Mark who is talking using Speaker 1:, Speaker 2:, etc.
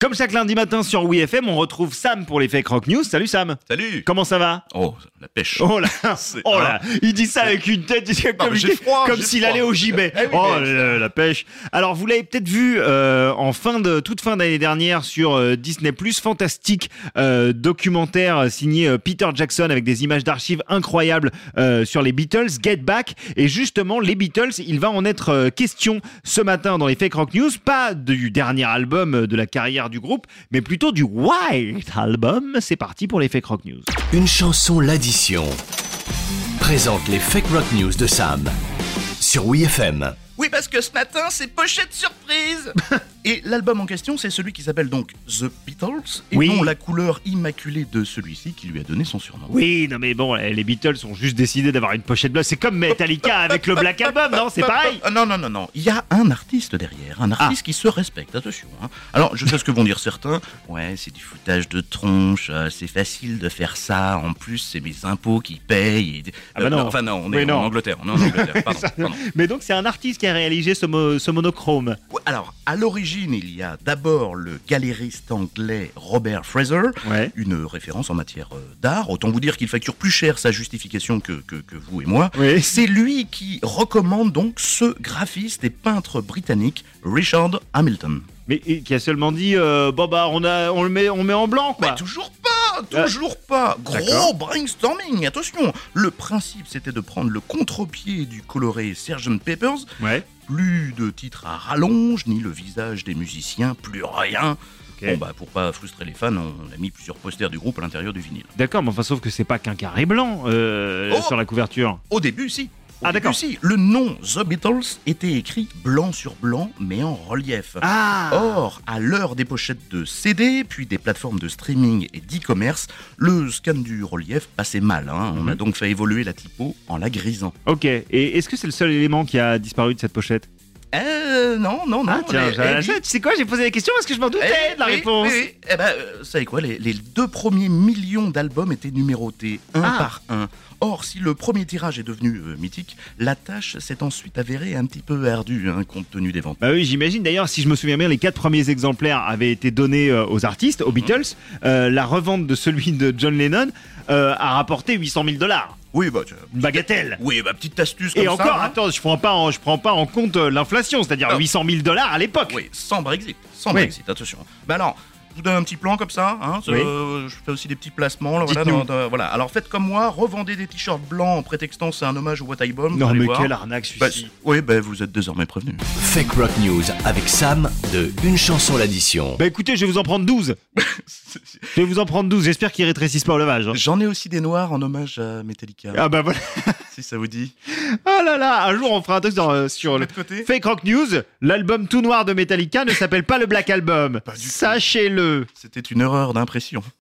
Speaker 1: Comme chaque lundi matin sur WeFM, on retrouve Sam pour les fake rock news. Salut Sam.
Speaker 2: Salut
Speaker 1: Comment ça va
Speaker 2: Oh, la pêche
Speaker 1: Oh là,
Speaker 2: C'est-
Speaker 1: oh là, il dit ça avec une tête
Speaker 2: Non,
Speaker 1: comme,
Speaker 2: mais j'ai froid,
Speaker 1: comme
Speaker 2: j'ai
Speaker 1: s'il
Speaker 2: froid.
Speaker 1: allait au gibet.
Speaker 2: Eh oui,
Speaker 1: oh
Speaker 2: mais-
Speaker 1: la, la pêche. Alors vous l'avez peut-être vu euh, en fin de toute fin d'année dernière sur euh, Disney fantastique euh, documentaire signé euh, Peter Jackson avec des images d'archives incroyables euh, sur les Beatles, Get Back et justement les Beatles, il va en être euh, question ce matin dans les Fake Rock News, pas du dernier album euh, de la carrière du groupe, mais plutôt du White Album. C'est parti pour les Fake Rock News.
Speaker 3: Une chanson l'addition présente les fake rock news de Sam sur WeFM.
Speaker 2: Oui, parce que ce matin, c'est pochette surprise Et l'album en question, c'est celui qui s'appelle donc The Beatles, et
Speaker 1: Oui.
Speaker 2: non la couleur immaculée de celui-ci qui lui a donné son surnom.
Speaker 1: Oui, non mais bon, eh, les Beatles ont juste décidé d'avoir une pochette blanche. C'est comme Metallica avec le Black Album, non C'est pareil
Speaker 2: Ah, Non, non, non, non. Il y a un artiste derrière, un artiste
Speaker 1: Ah.
Speaker 2: qui se respecte, attention. hein. Alors, je sais ce que vont dire certains. Ouais, c'est du foutage de tronche, euh, c'est facile de faire ça, en plus, c'est mes impôts qui payent. et-
Speaker 1: Ah bah non.
Speaker 2: Enfin, non, on
Speaker 1: Oui,
Speaker 2: est
Speaker 1: non.
Speaker 2: en Angleterre, on est en Angleterre, pardon, pardon.
Speaker 1: Mais donc c'est un artiste qui a réalisé ce, mo- ce monochrome.
Speaker 2: Ouais, Alors, à l'origine, il y a d'abord le galériste anglais Robert Fraser,
Speaker 1: Ouais.
Speaker 2: une référence en matière euh, d'art. Autant vous dire qu'il facture plus cher sa justification que, que, que vous et moi.
Speaker 1: Oui.
Speaker 2: C'est lui qui recommande donc ce graphiste et peintre britannique, Richard Hamilton.
Speaker 1: Mais et- qui a seulement dit, euh, bon bah on, a, on, le met, on met en blanc
Speaker 2: Mais
Speaker 1: quoi.
Speaker 2: toujours pas, toujours pas. Gros
Speaker 1: D'accord.
Speaker 2: brainstorming, attention. Le principe, c'était de prendre le contre-pied du coloré Sgt. Peppers
Speaker 1: Ouais.
Speaker 2: plus de titres à rallonge, ni le visage des musiciens, plus rien.
Speaker 1: Ok.
Speaker 2: Bon bah pour pas frustrer les fans, on a mis plusieurs posters du groupe à l'intérieur du vinyle.
Speaker 1: D'accord, mais enfin sauf que c'est pas qu'un carré blanc euh,
Speaker 2: Oh
Speaker 1: sur la couverture.
Speaker 2: Au début, si. Au
Speaker 1: Ah,
Speaker 2: début,
Speaker 1: d'accord.
Speaker 2: Si. Le nom The Beatles était écrit blanc sur blanc, mais en relief.
Speaker 1: Ah
Speaker 2: Or, à l'heure des pochettes de CD, puis des plateformes de streaming et d'e-commerce, le scan du relief passait mal. hein. On a donc fait évoluer la typo en la grisant.
Speaker 1: Ok, et est-ce que c'est le seul élément qui a disparu de cette pochette
Speaker 2: Euh, non, non, non.
Speaker 1: Ah tiens,
Speaker 2: les-
Speaker 1: j'avais
Speaker 2: eh,
Speaker 1: la- tu sais quoi, j'ai posé la question parce que je m'en doutais
Speaker 2: Eh,
Speaker 1: de la
Speaker 2: oui,
Speaker 1: réponse.
Speaker 2: oui, oui. Eh ben, euh, vous savez quoi, les, les deux premiers millions d'albums étaient numérotés, un
Speaker 1: Ah.
Speaker 2: par un. Or, si le premier tirage est devenu euh, mythique, la tâche s'est ensuite avérée un petit peu ardue, hein, compte tenu des ventes.
Speaker 1: Bah oui, j'imagine. D'ailleurs, si je me souviens bien, les quatre premiers exemplaires avaient été donnés euh, aux artistes, aux Beatles.
Speaker 2: Mm.
Speaker 1: Euh, la revente de celui de John Lennon euh, a rapporté 800 000 dollars.
Speaker 2: Oui, bah, tu-
Speaker 1: Une bagatelle.
Speaker 2: oui, bah petite astuce comme
Speaker 1: Et
Speaker 2: ça.
Speaker 1: encore,
Speaker 2: hein.
Speaker 1: attends, je prends pas en, je prends pas en compte euh, l'inflation, c'est-à-dire
Speaker 2: Ah.
Speaker 1: 800 000 dollars à l'époque.
Speaker 2: Oui, sans Brexit, sans
Speaker 1: Oui.
Speaker 2: Brexit, attention. Bah alors, je vous donne un petit plan comme ça. hein, ce-
Speaker 1: Oui.
Speaker 2: euh, je fais aussi des petits placements. là, voilà,
Speaker 1: Dites-nous.
Speaker 2: dans- dans- voilà. Alors faites comme moi, revendez des t-shirts blancs en prétextant c'est un hommage au What I Bomb.
Speaker 1: Non,
Speaker 2: allez
Speaker 1: mais
Speaker 2: voir.
Speaker 1: quelle arnaque
Speaker 2: Bah,
Speaker 1: celui-ci.
Speaker 2: oui, bah, vous êtes désormais prévenus.
Speaker 3: Fake rock news avec Sam de Une chanson l'addition.
Speaker 1: Bah écoutez, je vais vous en prendre 12. Je vais vous en prendre 12. J'espère qu'ils rétrécissent pas au lavage. hein.
Speaker 2: J'en ai aussi des noirs en hommage à Metallica,
Speaker 1: Ah bah voilà.
Speaker 2: si ça vous dit.
Speaker 1: Ah là là, un jour on fera un truc dans, euh, sur le
Speaker 2: L'autre côté
Speaker 1: Fake Rock News. L'album tout noir de Metallica ne s'appelle pas le Black Album.
Speaker 2: Pas du tout.
Speaker 1: Sachez-le.
Speaker 2: C'était une erreur d'impression.